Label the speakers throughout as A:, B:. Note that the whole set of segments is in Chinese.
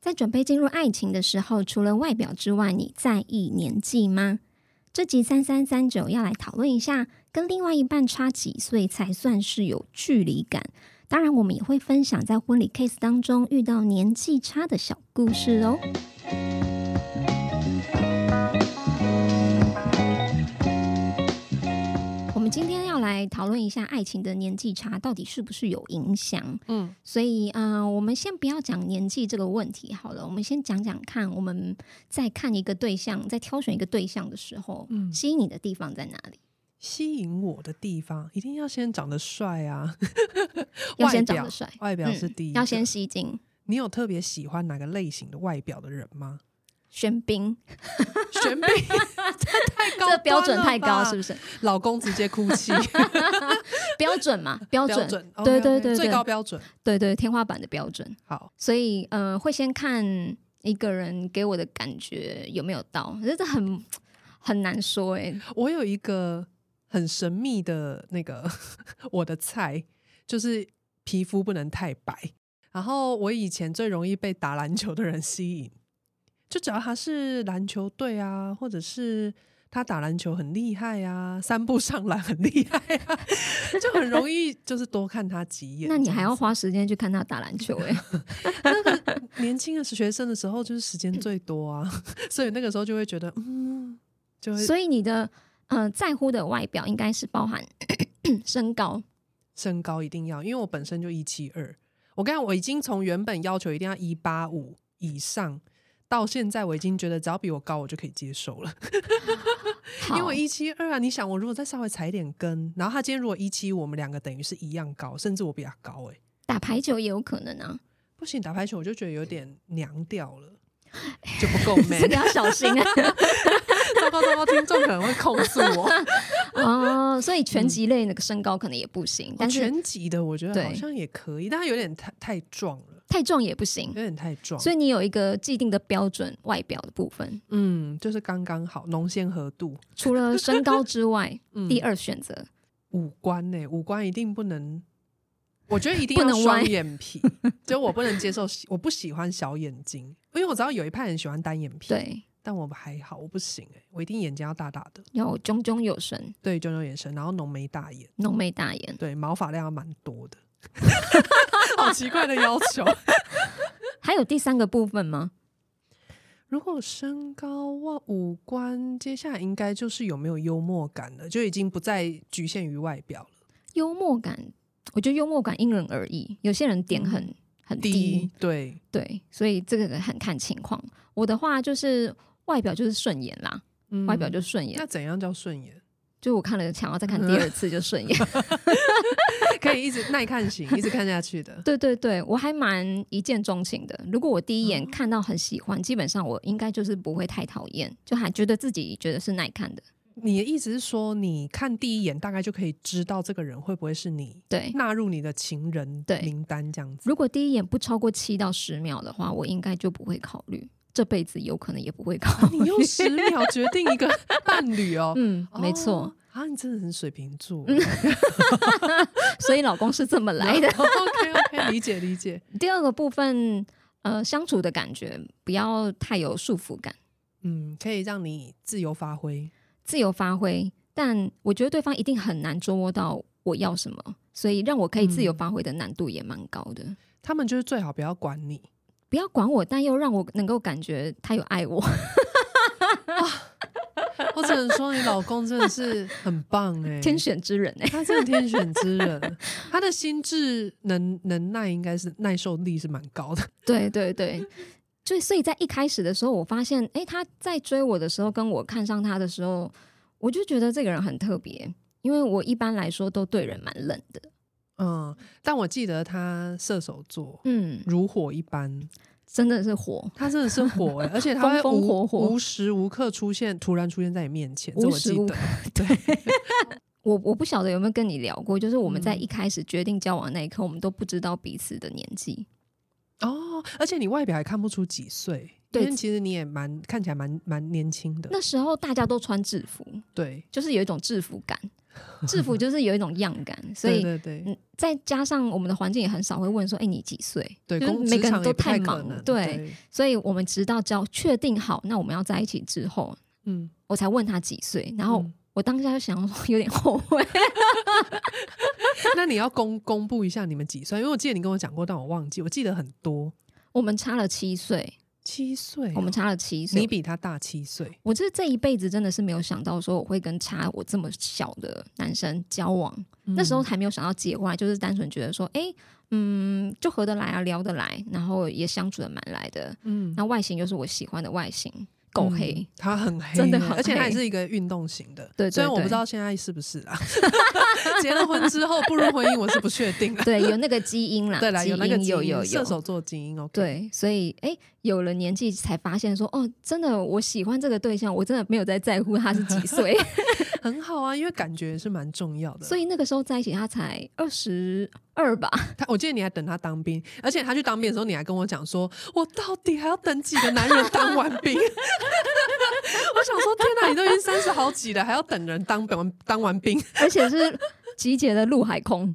A: 在准备进入爱情的时候，除了外表之外，你在意年纪吗？这集三三三九要来讨论一下，跟另外一半差几岁才算是有距离感。当然，我们也会分享在婚礼 case 当中遇到年纪差的小故事哦。我们今天要来讨论一下爱情的年纪差到底是不是有影响。
B: 嗯，
A: 所以，嗯、我们先不要讲年纪这个问题好了，我们先讲讲看，我们在看一个对象，在挑选一个对象的时候，
B: 嗯
A: 吸引你的地方在哪里？
B: 吸引我的地方一定要先长得帅啊，
A: 要
B: 外
A: 先长
B: 表
A: 得帅嗯
B: 外表是第一、
A: 要先。吸睛、
B: 你有特别喜欢哪个类型的外表的人吗？
A: 喧 宾，
B: 玄彬，这太 高，
A: 这标准太高，是不
B: 是？
A: 是？
B: 老公直接哭泣，
A: 标准嘛， 标准，
B: 标准，
A: 对
B: OK，OK，
A: 对对
B: 最
A: 对
B: 高标准。
A: 对对，天花板的标准。
B: 好，
A: 所以，呃，会先看一个人给我的感觉有没有到，可是这很很难说哎、
B: 我有一个很神秘的那个 我的菜，就是皮肤不能太白。然后我以前最容易被打篮球的人吸引，就只要他是篮球队啊，或者是他打篮球很厉害啊，三步上篮很厉害啊， 就很容易就是多看他几眼。
A: 那你还要
B: 这
A: 花时间去看他打篮球哎、
B: 样子年轻的学生的时候，就是时间最多啊， 所以那个时候就会觉得，嗯，就会
A: 所以你的呃在乎的外表应该是包含 身高，
B: 身高一定要，因为我本身就一七二。我刚才我已经从原本要求一定要一八五以上，到现在我已经觉得只要比我高我就可以接受了，因为
A: 好
B: 我一七二啊。你想，我如果再稍微踩一点跟，然后他今天如果一七，我们两个等于是一样高，甚至我比他高哎、
A: 打排球也有可能啊，
B: 不行，打排球我就觉得有点娘掉了，就不够 man
A: 这个。要小心啊。
B: 糟糕糟糕，听众可能会控诉我。
A: 哦，所以拳
B: 嗯
A: 击类那个身高可能也不
B: 哦
A: 行，但是
B: 全集的我觉得
A: 对
B: 好像也可以，但他有点太太壮了，
A: 太壮也不行
B: 有。点太壮。
A: 所以你有一个既定的标准外表的部分，
B: 嗯，就是刚刚好，浓鲜合度。
A: 除了身高之外，
B: 嗯
A: 第二选择
B: 五官呢、五官一定不能，我觉得一 定
A: 不
B: 要
A: 能歪
B: 双 眼皮，就我不能接受，我不喜欢小眼睛，因为我知道有一派人喜欢单眼皮，，
A: 对
B: 但我还好，我不行哎、我一定眼睛要大大的，
A: 要炯炯有神，
B: 对，炯炯眼神，然后浓眉大眼，
A: 浓眉大眼。
B: 对，毛发量要蛮多的， 好奇怪的要求。
A: 还有第三个部分吗？
B: 如果身高哇五官，接下来应该就是有没有幽默感了，就已经不再局限于外表了。
A: 幽默感，我觉得幽默感因人而异，有些人点很很
B: 第
A: 低，
B: 一，对，
A: 对，所以这个很看情况。我的话就是外表就是顺眼啦，
B: 嗯
A: 外表就顺眼，
B: 那嗯怎样叫顺眼？
A: 就我看了想要再看第二次就顺眼。
B: 可以一直耐看型，一直看下去的。
A: 对对对，我还蛮一见钟情的。如果我第一眼
B: 嗯
A: 看到很喜欢，基本上我应该就是不会太讨厌，就还觉得自己觉得是耐看的。
B: 你的意思是说，你看第一眼大概就可以知道这个人会不会是你
A: 对，
B: 纳入你的情人
A: 对
B: 名单这样子？
A: 如果第一眼不超过七到十秒的话，我应该就不会考虑，这辈子有可能也不会考虑。
B: 啊 你用十秒决定一个伴侣哦，
A: 嗯，
B: 哦
A: 没错，
B: 啊，你真的很水瓶座。
A: 所以老公是这么来的。
B: OK OK，理解理解。
A: 第二个部分，呃，相处的感觉不要太有束缚感，
B: 嗯，可以让你自由发挥。
A: 自由发挥。但我觉得对方一定很难捉摸到我要什么，所以让我可以自由发挥的难度也蛮高的。
B: 他们就是最好不要管你，
A: 不要管我，但又让我能够感觉他有爱我。
B: 我只能说你老公真的是很棒 哎、
A: 天选之人哎、
B: 他真的天选之人，他的心智能能耐应该是耐受力是蛮高的。
A: 对对对，就所以在一开始的时候，我发现，哎、他在追我的时候，跟我看上他的时候，我就觉得这个人很特别，因为我一般来说都对人蛮冷的。
B: 嗯，但我记得他射手座
A: 嗯，
B: 如火一般，
A: 真的是火，
B: 他真的是火、欸，而且他会
A: 风风
B: 无
A: 火火
B: 无时无刻出现，突然出现在你面前，这
A: 无
B: 我记
A: 时无
B: 得
A: 刻。我我不晓得有没有跟你聊过，就是我们在一开始决定交往那一刻，我们都不知道彼此的年纪。
B: 哦，而且你外表还看不出几岁，因
A: 对
B: 为其实你也蛮看起来蛮蛮年轻的。
A: 那时候大家都穿制服，
B: 对，
A: 就是有一种制服感，制服就是有一种样感，所以
B: 对对对
A: 嗯，再加上我们的环境也很少会问说，哎、你几岁？
B: 对，
A: 就是
B: 工
A: 每
B: 职
A: 个人
B: 场
A: 都
B: 也不太可
A: 忙了，
B: 能
A: 对，
B: 对，
A: 所以我们直到只要确定好，那我们要在一起之后，
B: 嗯，
A: 我才问他几岁，然后
B: 嗯
A: 我当下就想说有点后悔，
B: 那你要公公布一下你们几岁？因为我记得你跟我讲过，但我忘记，我记得很多，
A: 我们差了七岁，
B: 七岁哦，
A: 我们差了七岁，
B: 你比他大七岁，
A: 我这这一辈子真的是没有想到，说我会跟差我这么小的男生交往。那
B: 嗯
A: 时候还没有想到结婚，就是单纯觉得说，哎、嗯，就合得来啊，聊得来，然后也相处的蛮来的。
B: 嗯，
A: 那外形就是我喜欢的外形，够黑。
B: 嗯他很黑耶，
A: 真的很
B: 而且他也
A: 黑
B: 是一个运动型的，
A: 对对
B: 虽然我
A: 对
B: 不知道现在是不是啊， 结了婚之后步入婚姻，我是不确定 的。
A: 对，有那个基因啦，
B: 嗯 对啦，
A: 基
B: 有
A: 因
B: 那个基
A: 有
B: 因
A: 有
B: 射手
A: 有，
B: 座基因，OK，，
A: 对，所以哎、诶有了年纪才发现说，哦，真的，我喜欢这个对象，我真的没有在在乎他是几 岁，
B: 很好啊，因为感觉是蛮重要的。
A: 所
B: 以
A: 以那个时候在一起，他才二十二吧，
B: 他，我记得你还等他当兵，而且他去当兵的时候，你还跟我讲说，我到底还要等几个男人当完兵？ 我想说，天哪，你都已经三十好几了，还要等人当完当完兵？
A: 而且是集结了陆海空，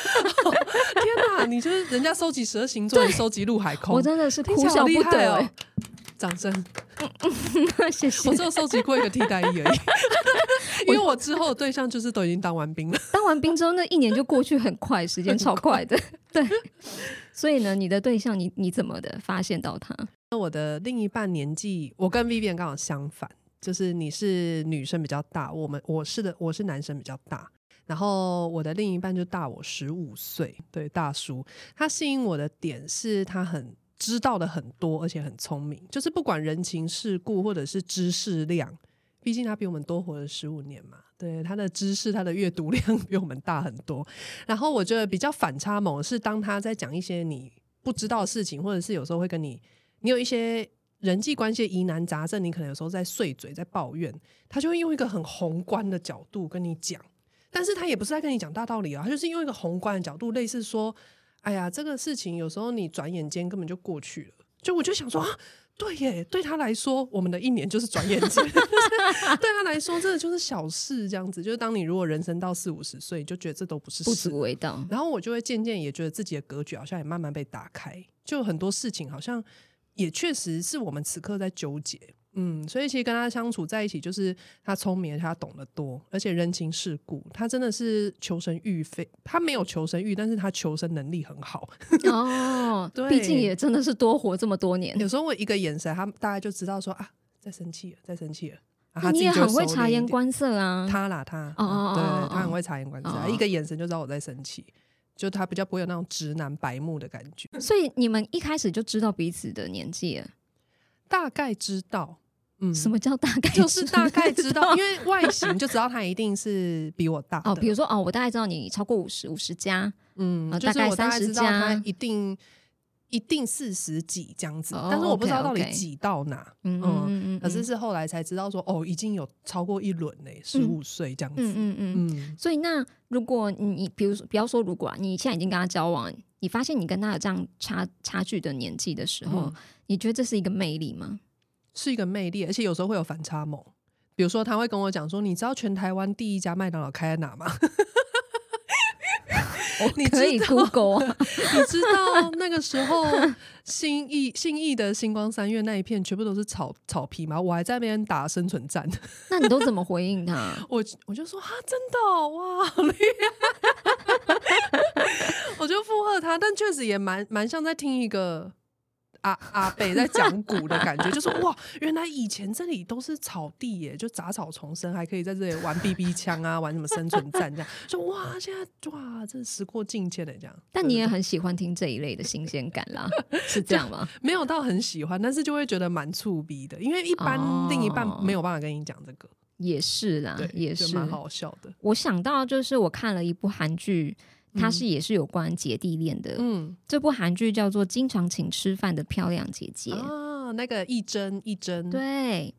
B: 天哪，你就是人家收集十二星座，你收集陆海空，
A: 我真的是
B: 听
A: 哭
B: 起来好
A: 笑
B: 厉
A: 不
B: 害
A: 得、
B: 哦！掌声！
A: 欸 谢谢
B: 我。只有收集过一个替代役而 已， 因为我之后的对象就是都已经当完兵了。
A: 当完兵之后，那一年就过去很快，时间超快 的。对，所以呢，你的对象你你怎么的发现到他？
B: 那我的另一半年纪，我跟 Vivian 刚好相反，就是你是女生比较大，我们我是的，我是男生比较大。然后我的另一半就大我十五岁，对大叔，他吸引我的点是他很知道的很多，而且很聪明，就是不管人情世故或者是知识量，毕竟他比我们多活了十五年嘛，对他的知识、他的阅读量比我们大很多。然后我觉得比较反差萌的是，当他在讲一些你不知道的事情，或者是有时候会跟你，你有一些人际关系的疑难杂症，你可能有时候在碎嘴、在抱怨，他就会用一个很宏观的角度跟你讲，但是他也不是在跟你讲大道理啊，他就是用一个宏观的角度，类似说，哎呀，这个事情有时候你转眼间根本就过去了。就我就想说啊，对耶，对他来说，我们的一年就是转眼间， 对他来说，真的就是小事，这样子。就是当你如果人生到四五十岁，你就觉得这都不是
A: 不
B: 事
A: 足为 道。
B: 然后我就会渐渐也觉得自己的格局好像也慢慢被打开，就很多事情好像也确实是我们此刻在纠结。嗯，所以其实跟他相处在一起，就是他聪明，他懂得多，而且人情世故，他真的是求生欲非，他没有求生欲，但是他求生能力很好。
A: 哦
B: 对，
A: 毕竟也真的是多活这么多年。
B: 有时候我一个眼神，他大概就知道说啊，在生气了，在生气了。啊、
A: 那
B: 他
A: 你
B: 自己
A: 也
B: 就
A: 很会
B: 收
A: 察
B: 敛一
A: 言
B: 点
A: 观色啊。
B: 他啦，他，
A: 哦
B: 嗯
A: 哦哦
B: 对
A: 哦，
B: 他很
A: 哦
B: 会察言观色，
A: 哦
B: 他
A: 哦
B: 一个眼神就知道我在生气，就他比较不会有那种直男白目的感觉，
A: 所以你们一开始就知道彼此的年纪了。
B: 大概知道，嗯，
A: 什么叫大概？
B: 就是大概 知道，因为外形就知道他一定是比我大的，
A: 哦，比如说哦，我大概知道你超过五十，五十加。
B: 嗯，
A: 呃
B: 就
A: 大
B: 是
A: 概
B: 我大概
A: 30
B: 知道他
A: 加
B: 一定一定四十几这样子，
A: 哦
B: 但是我不知道到底
A: OK，OK
B: 几到哪，
A: 嗯
B: 嗯
A: 嗯嗯，
B: 可是是后来才知道说，哦，已经有超过一轮嘞，十五岁这样
A: 嗯
B: 子，
A: 嗯嗯嗯。
B: 嗯，
A: 所以那如果你你比如说不要说如果啊，你现在已经跟他交往，你发现你跟他有这样差差距的年纪的时候，
B: 嗯
A: 你觉得这是一个魅力吗？
B: 是一个魅力，而且有时候会有反差萌。比如说，他会跟我讲说：“你知道全台湾第一家麦当劳开在哪吗？
A: 我
B: 你
A: 可
B: 知
A: 以
B: 道
A: Google 啊，
B: 你知道那个 时候新义新义的星光三月那一片全部都是草草皮吗？我还在那边打生存战，
A: 那你都怎么回应他？
B: 我我就说啊，真的、哦、哇，好厉害！ 我就附和他，但确实也蛮蛮像在听一个阿阿北在讲古的感觉，就是哇，原来以前这里都是草地耶，就杂草丛生，还可以在这里玩 BB 枪啊，玩什么生存战这样， 就哇，现在哇，这时过境迁的这样。
A: 但你也很喜欢听这一类的新鲜感 啦，是这样吗？
B: 没有到很喜欢，但是就会觉得蛮触逼的，因为一般
A: 哦
B: 另一半没有办法跟你讲这个，
A: 也是啦
B: 对，，
A: 也。
B: 就是蛮好笑的。
A: 我想到就是我看了一部韩剧，它
B: 嗯
A: 是也是有关姐弟恋的。
B: 嗯
A: 这部韩剧叫做《经常请吃饭的漂亮姐姐》。
B: 啊，那个一针一针，
A: 对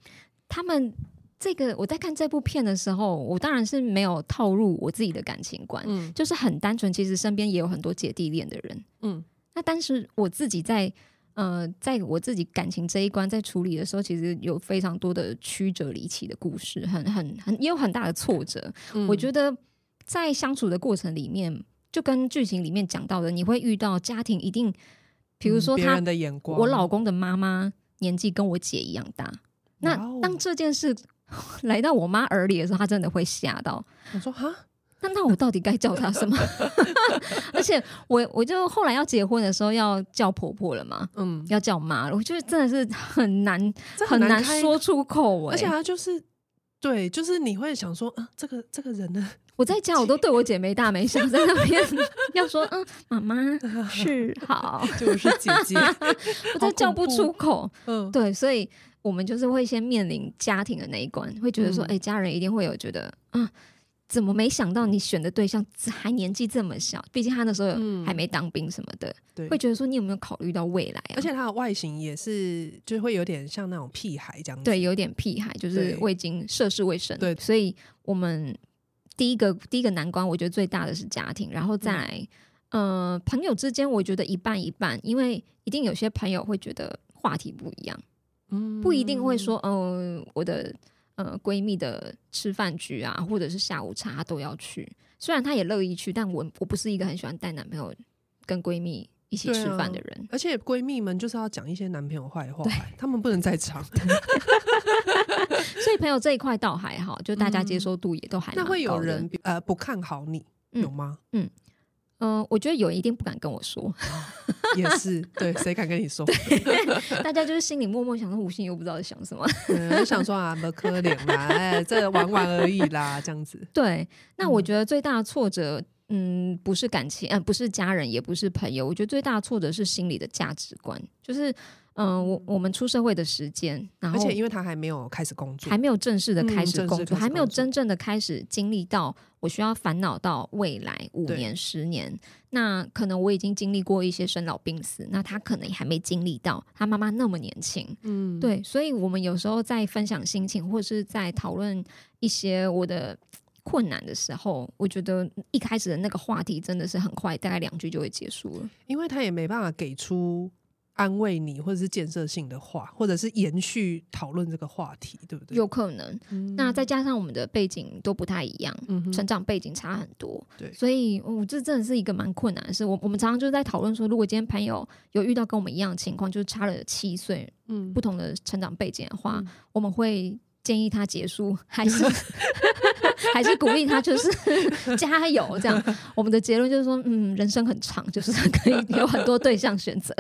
A: 他们这个，我在看这部片的时候，我当然是没有套入我自己的感情观，
B: 嗯
A: 就是很单纯。其实身边也有很多姐弟恋的人，
B: 嗯
A: 那但是我自己在呃，在我自己感情这一关在处理的时候，其实有非常多的曲折离奇的故事，很很很也有很大的挫折。
B: 嗯
A: 我觉得在相处的过程里面，就跟剧情里面讲到的，你会遇到家庭一定，比如
B: 嗯
A: 说
B: 别
A: 他
B: 人的眼光，
A: 我老公的妈妈年纪跟我姐一样大，那
B: 哇哦
A: 当这件事 来到我妈耳里的时候，她真的会吓到。
B: 我说哈，
A: 那那我到底该叫她什么？ 而且我我就后来要结婚的时候要叫婆婆了嘛，
B: 嗯，
A: 要叫妈了，我觉得真的是很难
B: 这
A: 很难
B: 开
A: 说出口、欸。
B: 而且他就是对，就是你会想说，啊，这个这个人呢，
A: 我在家我都对我姐没大没小，在那边 要说嗯妈妈是好，
B: 就是姐姐，
A: 我都叫不出口。
B: 嗯，
A: 对，所以我们就是会先面临家庭的那一关，会觉得说，
B: 嗯
A: 哎、家人一定会有觉得啊，怎么没想到你选的对象还年纪这么小？毕竟他那时候
B: 嗯
A: 还没当兵什么的，
B: 对
A: 会觉得说你有没有考虑到未来、啊？
B: 而且他的外形也是，就会有点像那种屁孩这样子，
A: 对，有点屁孩，就是
B: 对
A: 未经涉世未深，
B: 对
A: 所以我们第一个第一个难关，我觉得最大的是家庭，然后
B: 嗯
A: 再来，呃，朋友之间，我觉得一半一半，因为一定有些朋友会觉得话题不一样，
B: 嗯，
A: 不一定会说，嗯、我的呃闺蜜的吃饭局啊，或者是下午茶她都要去，虽然她也乐意去，但我我不是一个很喜欢带男朋友跟闺蜜一起
B: 对
A: 吃
B: 啊
A: 饭的人。
B: 而且闺蜜们就是要讲一些男朋友坏话，他们不能 在场。
A: 所以朋友这一块倒还好，就大家接受度也都还蛮
B: 嗯那会有
A: 高的
B: 人比呃不看好你，
A: 嗯
B: 有吗？
A: 嗯，我觉得有人一定不敢跟我说，
B: 也是，对，谁敢跟你说？
A: 大家就是心里默默想说，吴昕又不知道在想什么。
B: 嗯我就想说啊，不可怜 啦，哎，这玩玩而已啦，这样子。
A: 对，那我
B: 嗯
A: 觉得最大的挫折，嗯，不是感情，嗯、不是家人，也不是朋友，我觉得最大的挫折是心理的价值观，就是，嗯、我我们出社会的时间，然
B: 而
A: 后
B: 且因为他还没有开始工作
A: 还，没有正式的
B: 嗯
A: 开
B: 正
A: 始
B: 式
A: 工
B: 开
A: 作，
B: 始
A: 还没有
B: 工作
A: 真正的开始经历到我需要烦恼到未来五
B: 对
A: 年、十年。那可能我已经经历过一些生老病死，那他可能也还没经历到，他妈妈那么年轻，
B: 嗯，
A: 对，所以我们有时候在分享心情，或是在讨论一些我的困难的时候，我觉得一开始的那个话题真的是很快，大概两句就会结束了。
B: 因为他也没办法给出安慰你或者是建设性的话，或者是延续讨论这个话题，对不对？
A: 有可能，
B: 嗯，
A: 那再加上我们的背景都不太一样，
B: 嗯哼
A: 成长背景差很多，
B: 对
A: 所以我、这真的是一个蛮困难的事。我我们常常就在讨论说，如果今天朋友有遇到跟我们一样的情况，就是差了七岁，
B: 嗯
A: 不同的成长背景的话，
B: 嗯
A: 我们会建议他结束， 还是还是鼓励他，就是 加油这样。我们的结论就是说，嗯，人生很长，就是可以有很多对象选 择。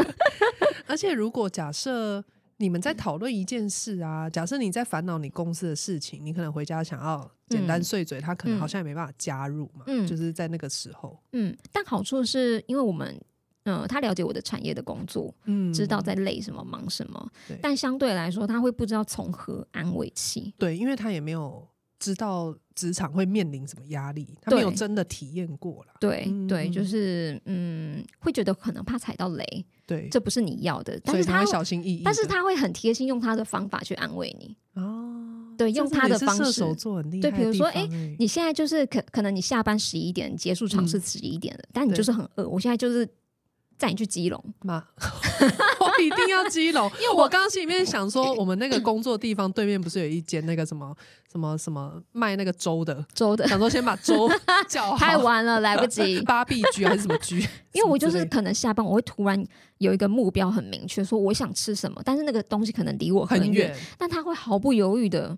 B: 而且如果假设你们在
A: 嗯
B: 讨论一件事啊，假设你在烦恼你公司的事情，你可能回家想要简单
A: 嗯
B: 碎嘴，他可能
A: 嗯
B: 好像也没办法加入嘛，
A: 嗯
B: 就是在那个时候，
A: 嗯，但好处是因为我们。嗯、他了解我的产业的工作，
B: 嗯，
A: 知道在累什么、忙什么
B: 对，
A: 但相对来说，他会不知道从何安慰起。
B: 对，因为他也没有知道职场会面临什么压力，他没有
A: 对
B: 真的体验过啦。
A: 对、
B: 嗯
A: 对，
B: 嗯
A: 就是嗯，会觉得可能怕踩到雷，
B: 对，
A: 这不是你要的，但
B: 所以
A: 是
B: 他
A: 他
B: 会小心翼翼的，
A: 但是他会很贴心，用他的方法去安慰你。
B: 哦，
A: 对
B: 这
A: 用
B: 是
A: 他
B: 也
A: 的
B: 是
A: 方
B: 射
A: 式
B: 手座很厉害
A: 对
B: 的地方欸，
A: 比如说哎你现在就是可可能你下班十一点结束尝
B: 嗯
A: 试十一点了，但你就是很饿。我现在就是载你去基隆，
B: 妈， 我一定要基隆，因为我刚刚心里面想说，我们那个工作地方对面不是有一间那个什么什么什么卖那个 粥的，
A: 周 的
B: 想说先把粥叫好，
A: 太晚了，来不及。
B: 八必居 还是什么居？
A: 因为我就
B: 什
A: 是
B: 么之类的
A: 可能下班我会突然有一个目标很明确，说我想吃什么，但是那个东西可能离我
B: 很
A: 远，
B: 远，
A: 但他会毫不犹豫的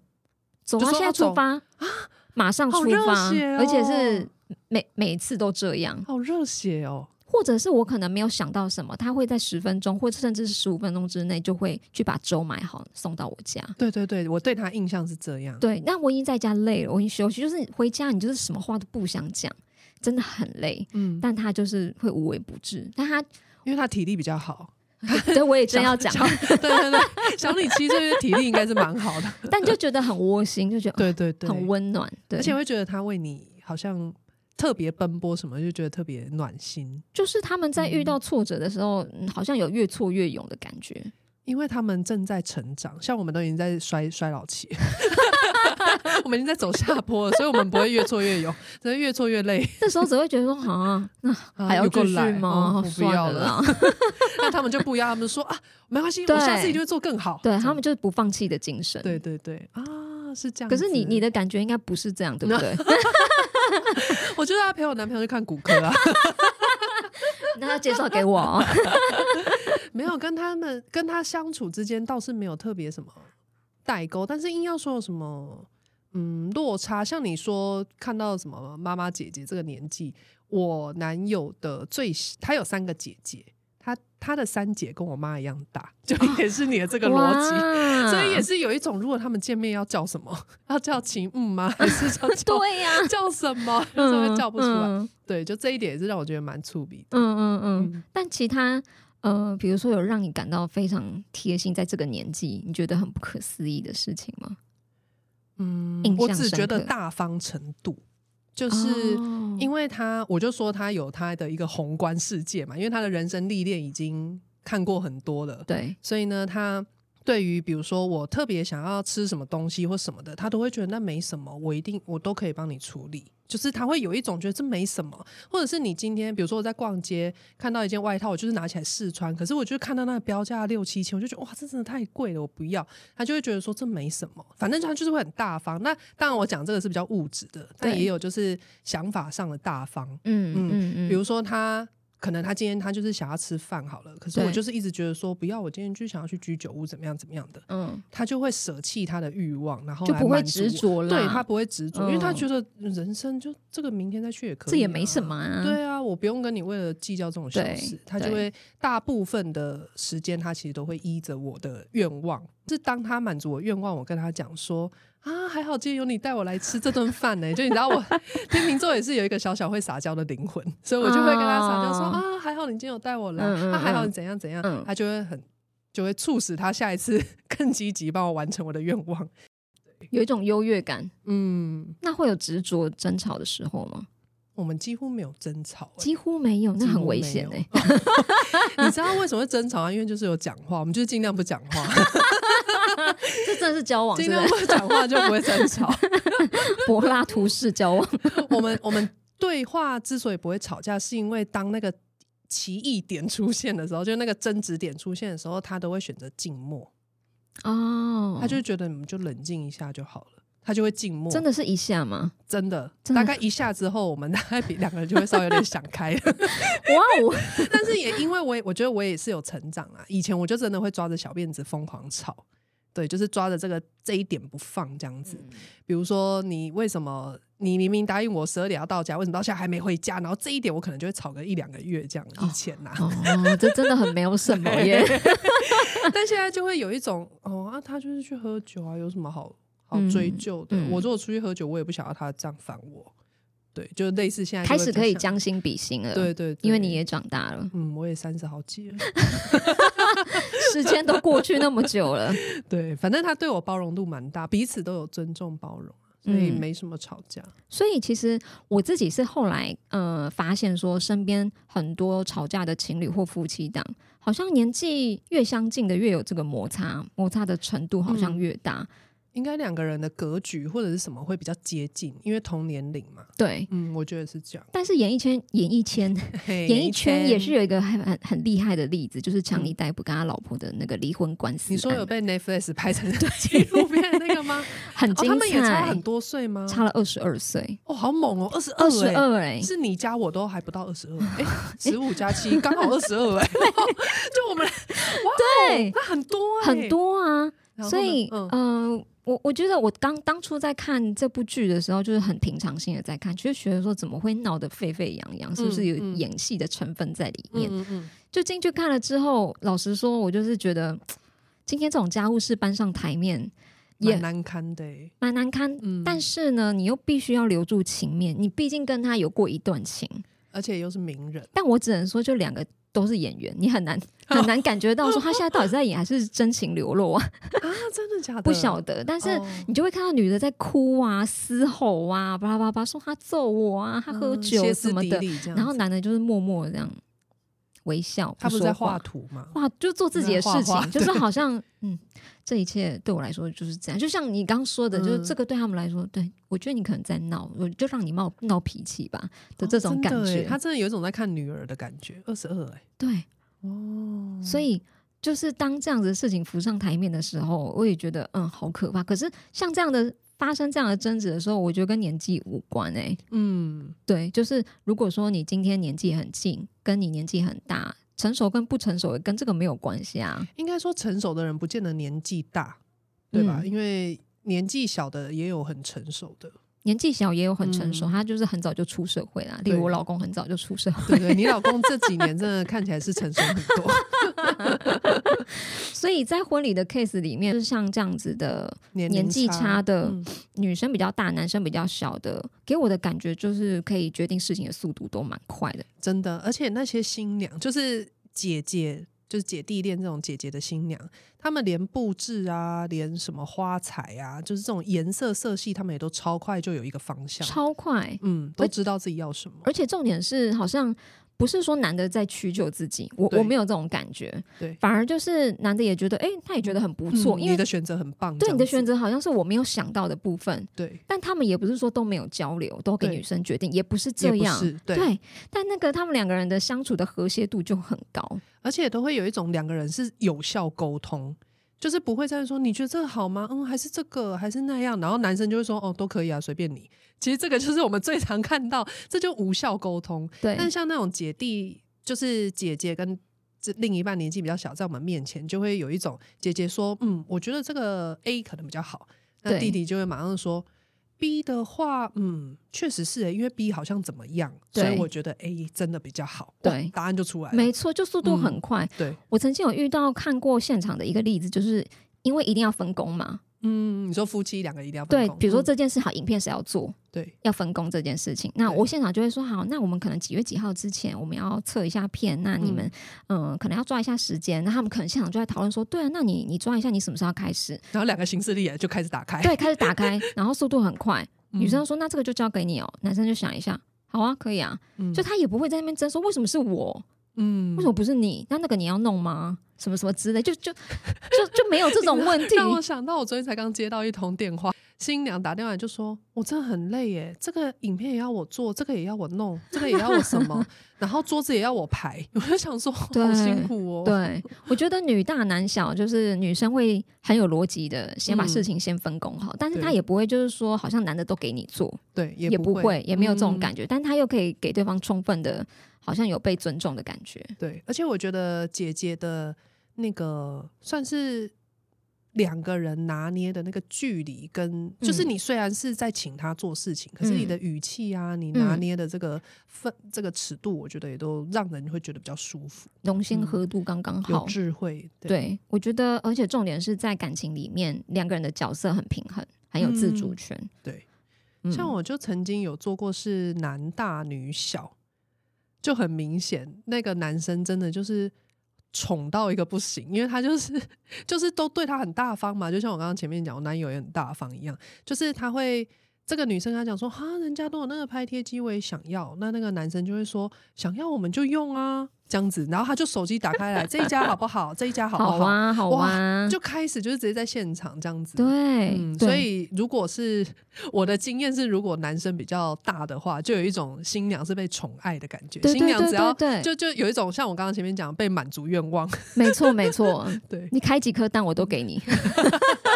A: 走啊，
B: 就说
A: 现在
B: 要走
A: 出发啊，马上
B: 好
A: 出
B: 热
A: 发，
B: 血哦
A: 而且是每每次都这样。
B: 好热血哦，
A: 或者是我可能没有想到什么，他会在十分钟或甚至是十五分钟之内就会去把粥买好送到我家。
B: 对对对，我对他印象是这样，
A: 对，那我已经在家累了，我已经休息，就是回家你就是什么话都不想讲，真的很累。
B: 嗯，
A: 但他就是会无微不至，但 他
B: 因为他体力比较好，
A: 对我也真要讲，
B: 小对对对，小李七这个体力应该是蛮 好的，
A: 但就觉得很窝心，就觉得
B: 对对对，
A: 很温暖，对，
B: 而且会觉得他为你好像特别奔波什么，就觉得特别暖心。
A: 嗯就是他们在遇到挫折的时候，嗯好像有越挫越勇的感觉。
B: 因为他们正在成长，像我们都已经在衰衰 老期，我们已经在走下坡了，所以我们不会越挫越勇，只会越挫越累。
A: 这时候只会觉得说，啊，那
B: 啊
A: 还要
B: 有够
A: 继续
B: 懒哦
A: 吗？
B: 我不
A: 算
B: 要
A: 了
B: 了
A: 啦，
B: 那他们就不一样，他们说啊，没关系，我下次
A: 对
B: 一定会做更好。
A: 对
B: 这
A: 他
B: 样
A: 们就是不放弃的精神。
B: 对对对啊，是这样
A: 可
B: 子。
A: 是你你的感觉应该不是这样，对不 对？
B: 我觉得要陪我男朋友去看骨科啊，
A: 那要介绍给我 哦。
B: 没有跟他们跟他相处之间倒是没有特别什么代沟，但是硬要说有什么嗯落差，像你说看到什么妈妈姐姐这个年纪，我男友的最他有三个姐姐，他他的三姐跟我妈一样大，就也是你的这个逻辑。
A: 哇
B: 所以也是有一种，如果他们见面要叫什么，要叫秦嗯吗？ 还是要 叫
A: 对 呀，
B: 叫什 么？就是会叫不出来。
A: 嗯
B: 对，就这一点也是让我觉得蛮触鼻的。
A: 嗯嗯嗯
B: 嗯
A: 但其他呃，比如说有让你感到非常贴心，在这个年纪你觉得很不可思议的事情吗？
B: 嗯
A: 印象
B: 我只觉得
A: 深刻
B: 大方程度，就是
A: 哦
B: 因为他，我就说他有他的一个宏观世界嘛，因为他的人生历练已经看过很多了，
A: 对
B: 所以呢，他对于比如说我特别想要吃什么东西或什么的，他都会觉得那没什么，我一定我都可以帮你处理。就是他会有一种觉得这没什么，或者是你今天比如说我在逛街看到一件外套，我就是拿起来试穿，可是我就看到那个标价六七千，我就觉得哇，这真的太贵了，我不要。他就会觉得说这没什么，反正他就是会很大方。那当然我讲这个是比较物质的，但
A: 对
B: 也有就是想法上的大方。
A: 嗯
B: 嗯
A: 嗯嗯，
B: 比如说他可能他今天他就是想要吃饭好了，可是我
A: 对
B: 就是一直觉得说不要，我今天就想要去居酒屋怎么样怎么样的，
A: 嗯
B: 他就会舍弃他的欲望，然后
A: 就
B: 来
A: 不会
B: 满足
A: 执
B: 我，
A: 着了，
B: 对他不会执着，因为他
A: 嗯
B: 觉得人生就这个明天再去也可以、
A: 这也没什么。啊，
B: 对啊，我不用跟你为了计较这种小
A: 对
B: 事，他
A: 对
B: 就会大部分的时间，他其实都会依着我的愿望。是当他满足我愿望，我跟他讲说啊，还好今天有你带我来吃这顿饭呢、就你知道我天秤座也是有一个小小会撒娇的灵魂，所以我就会跟他撒娇说、
A: 哦
B: 啊，还好你今天有带我来，
A: 嗯嗯
B: 啊，还好
A: 嗯
B: 你怎样怎样，
A: 嗯
B: 他就会很就会促使他下一次 更积极帮我完成我的愿望。
A: 有一种优越感。
B: 嗯，
A: 那会有执着争吵的时候吗？
B: 我们几乎没有争吵、欸
A: 几乎没有，那
B: 几
A: 很
B: 乎
A: 危
B: 没
A: 险
B: 有
A: 哎、
B: 你知道为什么会争吵啊？因为就是有讲话，我们就是尽量不讲 话，
A: 这真的是 交往，
B: 尽
A: 真
B: 量
A: 的
B: 不讲话就不会 争吵。
A: 柏拉图式交 往。
B: 我们我们对话之所以不会吵架，是因为当那个歧义点出现的时候，就是那个争执点出现的时候，他都会选择静默，
A: 哦，
B: 他就觉得你们就冷静一下就好了。他就会静默，
A: 真
B: 的
A: 的是一下 吗？
B: 真的，
A: 真的
B: 大概一下之后，我们大概比两个人就会稍微有点想开了。
A: 哇哦，
B: 但是也因为我也我觉得我也是有成长啊，以前我就真的会抓着小辫子疯狂吵，对，就是抓着这个这一点不放这样子。
A: 嗯
B: 比如说你为什么你明明答应我十二点要到家，为什么到现在还没回家？然后这一点我可能就会吵个一两个月这样。以前啊 呐、
A: 哦，这真的很没有什么耶。
B: 但现在就会有一种哦啊，他就是去喝酒啊，有什么好好追究的？
A: 嗯嗯
B: 我如果出去喝酒，我也不想要他这样烦我。对，就类似现在就
A: 开
B: 会
A: 始
B: 比较
A: 可以
B: 像，
A: 将心比心了，
B: 对，对对，
A: 因为你也长大了，
B: 嗯，我也三十好几了。
A: 时间都过去那么久了，
B: 对，反正他对我包容度蛮大，彼此都有尊重包容，啊所以
A: 嗯
B: 没什么吵架。
A: 所以其实我自己是后来呃发现说，身边很多吵架的情侣或夫妻档，好像年纪越相近的越有这个摩擦，摩擦的程度好
B: 嗯
A: 像越大。
B: 应该两个人的格局或者是什么会比较接近，因为同年龄嘛。
A: 对，
B: 嗯，我觉得是这样。
A: 但是演艺圈演艺圈
B: 嘿
A: 演艺圈也是。有一个很很很厉害的例子，就是强尼戴普跟他老婆的那个离婚官司案，
B: 嗯你说有被 Netflix 拍成纪录片那个 吗？
A: 很
B: 哦，
A: 精彩，
B: 他们也差很多岁吗？
A: 差了二十二岁，
B: 哦，好猛哦，二十二，
A: 二十二哎，
B: 是你加我都还不到二十 二，哎，十五加七刚好二十二，哎， 就我们
A: 对，
B: 那很多哎，
A: 很多啊。
B: 然后呢。
A: 所以，嗯、
B: 嗯
A: 我我觉得我刚当初在看这部剧的时候，就是很平常心的在看，就是觉得说怎么会闹得沸沸扬扬，是不是有
B: 嗯
A: 演戏的成分在里面？
B: 嗯嗯
A: 就进去看了之后，老实说，我就是觉得今天这种家务事搬上台面
B: 嗯，
A: 也
B: 蛮难堪的哎。
A: 蛮难堪，
B: 嗯，
A: 但是呢，你又必须要留住情面，你毕竟跟他有过一段情。
B: 而且又是名人，
A: 但我只能说，就两个都是演员，你很难
B: 哦
A: 很难感觉到说他现在到底是在演还是真情流 露啊，
B: 啊，真的假的？
A: 不晓得。但是
B: 哦
A: 你就会看到女的在哭啊、嘶吼啊、巴拉巴拉，说他揍我啊、他喝
B: 嗯
A: 酒
B: 歇
A: 什
B: 斯
A: 么
B: 底
A: 的，
B: 里这样子，
A: 然后男的就是默默地这样。微笑，
B: 他不是
A: 说
B: 在
A: 话
B: 画图吗？
A: 哇，就做自己的事
B: 在
A: 情，
B: 画画
A: 就是好像嗯，这一切对我来说就是这样。就像你刚刚说的，
B: 嗯
A: 就是这个对他们来说，对我觉得你可能在闹，我就让你闹闹脾气吧的这种感
B: 哦真的
A: 觉。
B: 耶他真的有一种在看女儿的感觉，二十二哎，
A: 对，
B: 哦，
A: 所以就是当这样子的事情浮上台面的时候，我也觉得嗯，好可怕。可是像这样的发生这样的争执的时候，我觉得跟年纪无关哎、
B: 嗯，
A: 对，就是如果说你今天年纪很近，跟你年纪很大，成熟跟不成熟也跟这个没有关系啊。
B: 应该说成熟的人不见得年纪大，对吧？
A: 嗯
B: 因为年纪小的也有很成熟的，
A: 年纪小也有很成熟，
B: 嗯
A: 他就是很早就出社会啦。例如
B: 对
A: 我老公很早就出社会，
B: 对不对？你老公这几年真的看起来是成熟很多，
A: 所以在婚礼的 case 里面，就是像这样子的
B: 年
A: 年
B: 龄
A: 纪差
B: 差
A: 的
B: 嗯
A: 女生比较大，男生比较小的，给我的感觉就是可以决定事情的速度都蛮快的。
B: 真的，而且那些新娘就是姐姐。就是姐弟恋这种姐姐的新娘，她们连布置啊，连什么花彩啊，就是这种颜色色系，她们也都超快就有一个方向，
A: 超快，
B: 嗯，都知道自己要什么。
A: 而且重点是，好像不是说男的在屈就自己，我
B: 对
A: 我没有这种感觉，
B: 对
A: 反而就是男的也觉得，哎、他也觉得很不错，
B: 嗯
A: 因
B: 你
A: 为
B: 的选择很棒，这
A: 对
B: 样
A: 你
B: 子
A: 的选，择好像是我没有想到的部分，
B: 对，
A: 但他们也不是说都没有交流，都给
B: 对
A: 女生决定，也不是
B: 也
A: 这
B: 不
A: 样，
B: 是对，
A: 对，但那个他们两个人的相处的和谐度就很高，
B: 而且都会有一种两个人是有效沟通，就是不会再说你觉得这个好吗？嗯，还是这个还是那样，然后男生就会说哦都可以啊，随便你。其实这个就是我们最常看到，这就无效沟通。
A: 对，
B: 但像那种姐弟，就是姐姐跟这另一半年纪比较小，在我们面前就会有一种姐姐说，嗯，我觉得这个 A 可能比较好，那
A: 对
B: 弟弟就会马上说 B 的话，嗯，确实是、欸，因为 B 好像怎么样，所
A: 对
B: 以我觉得 A 真的比较好，哇
A: 对
B: 答案就出来了，嗯
A: 没错，就速度很快。
B: 对，
A: 我曾经有遇到看过现场的一个例子，就是因为一定要分工嘛，
B: 嗯，你说夫妻两个一定要分
A: 对，
B: 工
A: 比如说、
B: 嗯
A: 这件事好，影片谁要做，
B: 对
A: 要分工这件事情。那我现场就会说，好，那我们可能几月几号之前我们要测一下片，那你们嗯、呃可能要抓一下时间。那他们可能现场就在讨论说，对啊，那你你抓一下，你什么时候要开始？
B: 然后两个行事历也就开始打开，
A: 对，开始打开，然后速度很快。
B: 哎 嗯，
A: 女生说，那这个就交给你哦，男生就想一下。好啊，可以啊，
B: 嗯
A: 就他也不会在那边争说为什么是我，
B: 嗯
A: 为什么不是你？那那个你要弄吗？什么什么之类，就就就就没有这种 问题。
B: 让我想到，我昨天才刚接到一通电话，新娘打电话来就说：“我真的很累耶，这个影片也要我做，这个也要我弄，这个也要我什 么，然后桌子也要我排。” 我就想说，好
A: 对
B: 辛苦 哦。
A: 对，我觉得女大男小，就是女生会很有逻辑的，先把
B: 嗯
A: 事情先分工好，但是
B: 对
A: 她也不会就是说好像男的都给你做，
B: 对，
A: 也
B: 也不嗯
A: 会，也没有这种感
B: 觉、
A: 觉，但她又可以给对方充分的，好像有被尊重的感觉。
B: 对，而且我觉得姐姐的那个算是。两个人拿捏的那个距离跟，就是
A: 嗯
B: 你虽然是在请他做事情，可是你的语气啊，你拿
A: 嗯
B: 捏的这个分、这个尺度，我觉得也都让人会觉得比较舒服，
A: 容心合度刚刚
B: 嗯有
A: 好，
B: 智慧。对
A: 对我觉得，而且重点是在感情里面，两个人的角色很平衡，很有自主
B: 嗯
A: 权。
B: 对
A: 嗯
B: 像我就曾经有做过是男大女小，就很明显，那个男生真的就是宠到一个不行，因为他就是 就是都对他很大方嘛，就像我刚刚前面讲，我男友也很大方一样，就是他会。这个女生跟他讲说：“哈，人家都有那个拍贴机，我也想要。”那那个男生就会说：“想要我们就用啊，这样子。”然后他就手机打开来，这一家好不好？这一家好不好？
A: 好啊，好
B: 哇
A: 啊，
B: 就开始就是直接在现场这样子。
A: 对，
B: 嗯，
A: 对
B: 所以如果是我的经验是，如果男生比较大的话，就有一种新娘是被宠爱的感觉。
A: 对
B: 新
A: 对
B: 娘
A: 对
B: 只要
A: 对对，
B: 就就有一种像我刚刚前面讲被满足愿望，
A: 没错没错，
B: 对
A: 你开几颗蛋我都给你，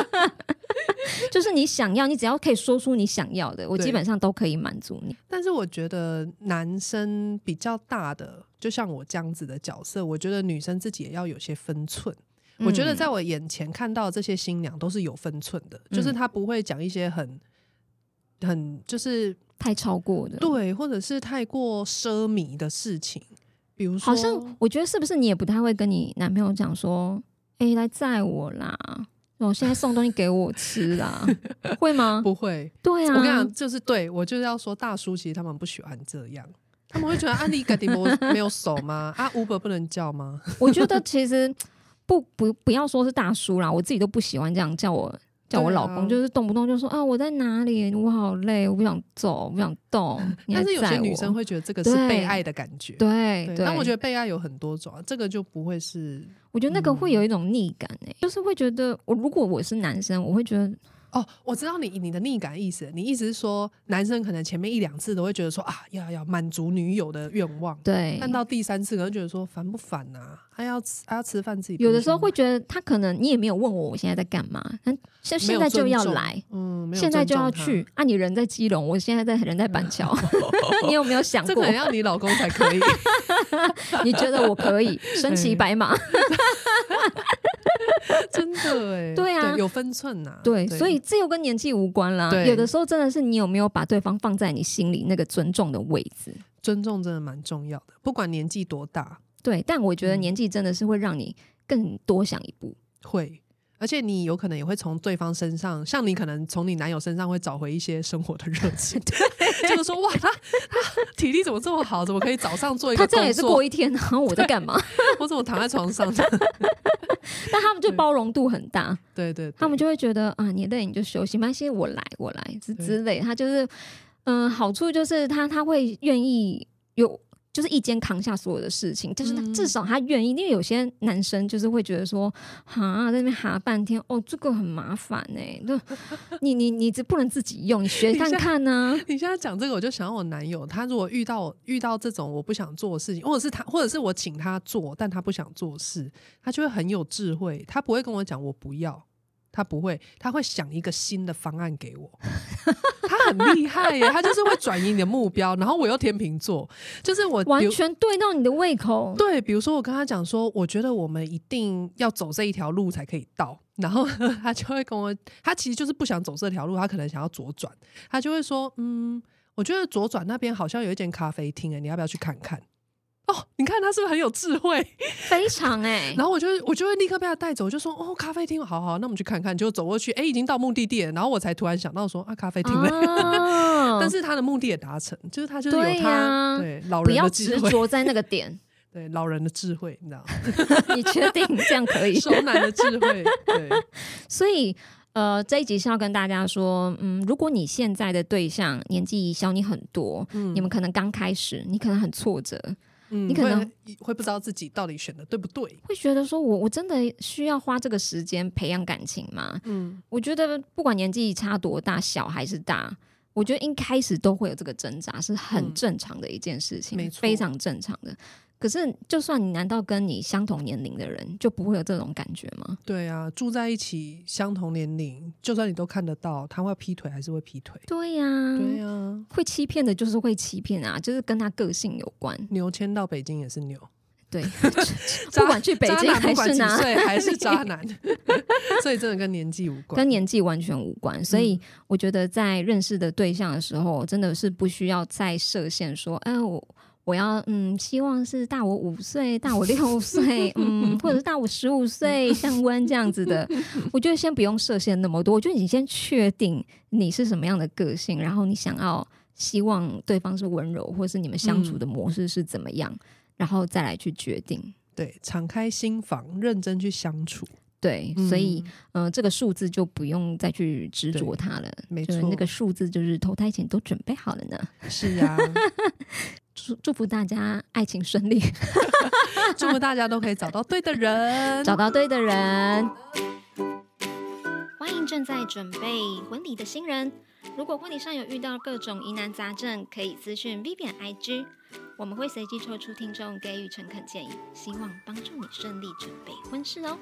A: 就是你想要，你只要可以说出你想要的，我
B: 对
A: 基本上都可以满足你。
B: 但是我觉得男生比较大的，就像我这样子的角色，我觉得女生自己也要有些分寸。我觉得
A: 嗯
B: 在我眼前看到这些新娘都是有分寸的，
A: 嗯
B: 就是她不会讲一些很很就是
A: 太超过的，
B: 对，或者是太过奢靡的事情，比如说
A: 好像我觉得是不是你也不太会跟你男朋友讲说，哎、来载我啦，我现在送东西给我吃 啦，会吗？
B: 不会。
A: 对啊，
B: 我跟你讲，就是对我就是要说，大叔其实他们不喜欢这样，他们会觉得啊，你肯定我没有手吗？啊，Uber 不能叫吗？
A: 我觉得其实不不不要说是大叔啦，我自己都不喜欢这样叫我。叫我老
B: 对啊
A: 公，就是动不动就说啊我在哪里，我好累，我不想走，我不想 动。你
B: 但
A: 还
B: 是有些
A: 载
B: 女
A: 我
B: 生会觉得这个是被
A: 对
B: 爱的感觉。
A: 对
B: 对，
A: 对，
B: 但我觉得被爱有很多种啊，这个就不会是
A: 我觉得那个会
B: 嗯
A: 有一种逆感诶、就是会觉得我如果我是男生，我会觉得
B: 哦，我知道你你的逆感意思，你意思是说男生可能前面一两次都会觉得说啊，要要满足女友的愿望，
A: 对，
B: 但到第三次可能就觉得说烦不烦呐、啊？还要吃还要吃饭自己，
A: 有的时候会，觉得他可能你也没有问我我现在在干嘛，那现
B: 没
A: 现
B: 有
A: 在就
B: 尊
A: 要
B: 重
A: 来，
B: 嗯，没有
A: 现在
B: 尊
A: 就
B: 重
A: 要
B: 他，
A: 去啊！你人在基隆，我现在在人在板 桥， 你有没有想
B: 这
A: 过
B: 可？能要你老公才 可以。
A: 你觉得我可 以身骑白马？
B: 真的哎，
A: 对啊
B: 有分寸呐、
A: 对，所以这又跟年纪无关啦。
B: 对
A: 有的时候真的是你有没有把对方放在你心里那个尊重的位置。
B: 尊重真的蛮重要的，不管年纪多大，
A: 对，但我觉得
B: 嗯
A: 年纪真的是会让你更多想一步。
B: 会，而且你有可能也会从对方身上，像你可能从你男友身上会找回一些生活的热 情，就是说哇，他他体力怎么这么好，怎么可以早上做一
A: 他
B: 个
A: 这样
B: 工
A: 也是
B: 作
A: 过，一天，然后我在干 嘛？
B: 我怎么躺在床上？
A: 但他们就
B: 对
A: 包容度很大，
B: 对对对，
A: 他们就会觉得啊，你累你就休息，没关系，我来我来之
B: 对
A: 之类。他就是，嗯、好处就是他他会愿意有。就是一肩扛下所有的事情，就是他
B: 嗯
A: 至少他愿意，因为有些男生就是会觉得说，哈，在那边哈半天，哦，这个很麻烦哎、那 你你你这不能自己用，你学
B: 你
A: 看
B: 现在
A: 看啊呢、
B: 你现在讲这个，我就想到我男友，他如果遇到遇到这种我不想做的事情，或者是他，或者是我请他做，但他不想做事，他就会很有智慧，他不会跟我讲我不要，他不会，他会想一个新的方案给我。他很厉害耶，他就是会转移你的目标，然后我又天秤座，就是我比
A: 完
B: 如
A: 全对到你的胃口。
B: 对，比如说我跟他讲说，我觉得我们一定要走这一条路才可以到，然后 他就会跟我，他其实就是不想走这条路，他可能想要左转，他就会说，嗯，我觉得左转那边好像有一间咖啡厅，哎，你要不要去看看？哦，你看他是不是很有智慧？
A: 非常哎、
B: 然后我就会我就会立刻被他带走，我就说哦，咖啡厅，好好，那我们去看看。结果走过去，哎，已经到目的地了，然后我才突然想到说啊，咖啡厅嘞。
A: 啊
B: 但是他的目的也达成，就是他就是
A: 对
B: 有他
A: 呀
B: 对老
A: 不
B: 人
A: 要
B: 的智
A: 执
B: 慧，
A: 着在那个点，
B: 对老人的智慧，你知道吗？
A: 你确定这样可以？
B: 熟男的智慧， 对，
A: 所以，呃，这一集是要跟大家说，嗯，如果你现在的对象年纪小你很多，
B: 嗯
A: 你们可能刚开始，你可能很挫折，
B: 嗯
A: 你可能
B: 会会不知道自己到底选的对不对，
A: 会觉得说我我真的需要花这个时间培养感情吗？
B: 嗯，
A: 我觉得不管年纪差多大，小还是大。我觉得一开始都会有这个挣扎，是很
B: 嗯
A: 正常的一件事情，
B: 没错
A: 非常正常的。可是，就算你难道跟你相同年龄的人就不会有这种感觉吗？
B: 对啊，住在一起，相同年龄，就算你都看得到，他会劈腿还是会劈腿，
A: 对呀、
B: 对啊，
A: 会欺骗的就是会欺骗啊，就是跟他个性有关。
B: 牛迁到北京也是牛，
A: 对，
B: 渣
A: 不管去北
B: 渣
A: 京
B: 男
A: 还
B: 不管
A: 是
B: 几
A: 哪，
B: 岁还是渣男，所以真的跟年纪无关，
A: 跟年纪完全无关。所以我觉得在认识的对象的时候，真的是不需要再设限说，哎，我我要嗯，希望是大我五岁、大我六岁，嗯，或者是大我十五岁，降温这样子的。我觉得先不用设限那么多，我觉得你先确定你是什么样的个性，然后你想要希望对方是温柔，或是你们相处的模式是怎么样，然后再来去决定。
B: 对，敞开心房，认真去相处，
A: 对，
B: 嗯
A: 所以。呃，这个数字就不用再去执着它了。
B: 没
A: 就是
B: 错
A: 那个数字就是投胎前都准备好了呢。
B: 是啊，
A: 祝祝福大家爱情顺利，
B: 祝福大家都可以找到对的 人，
A: 找到对的人。欢迎正在准备婚礼的新人，如果婚礼上有遇到各种疑难杂症，可以私讯 Vivian IG，我们会随机抽出听众给予诚恳建议，希望帮助你顺利准备婚事哦。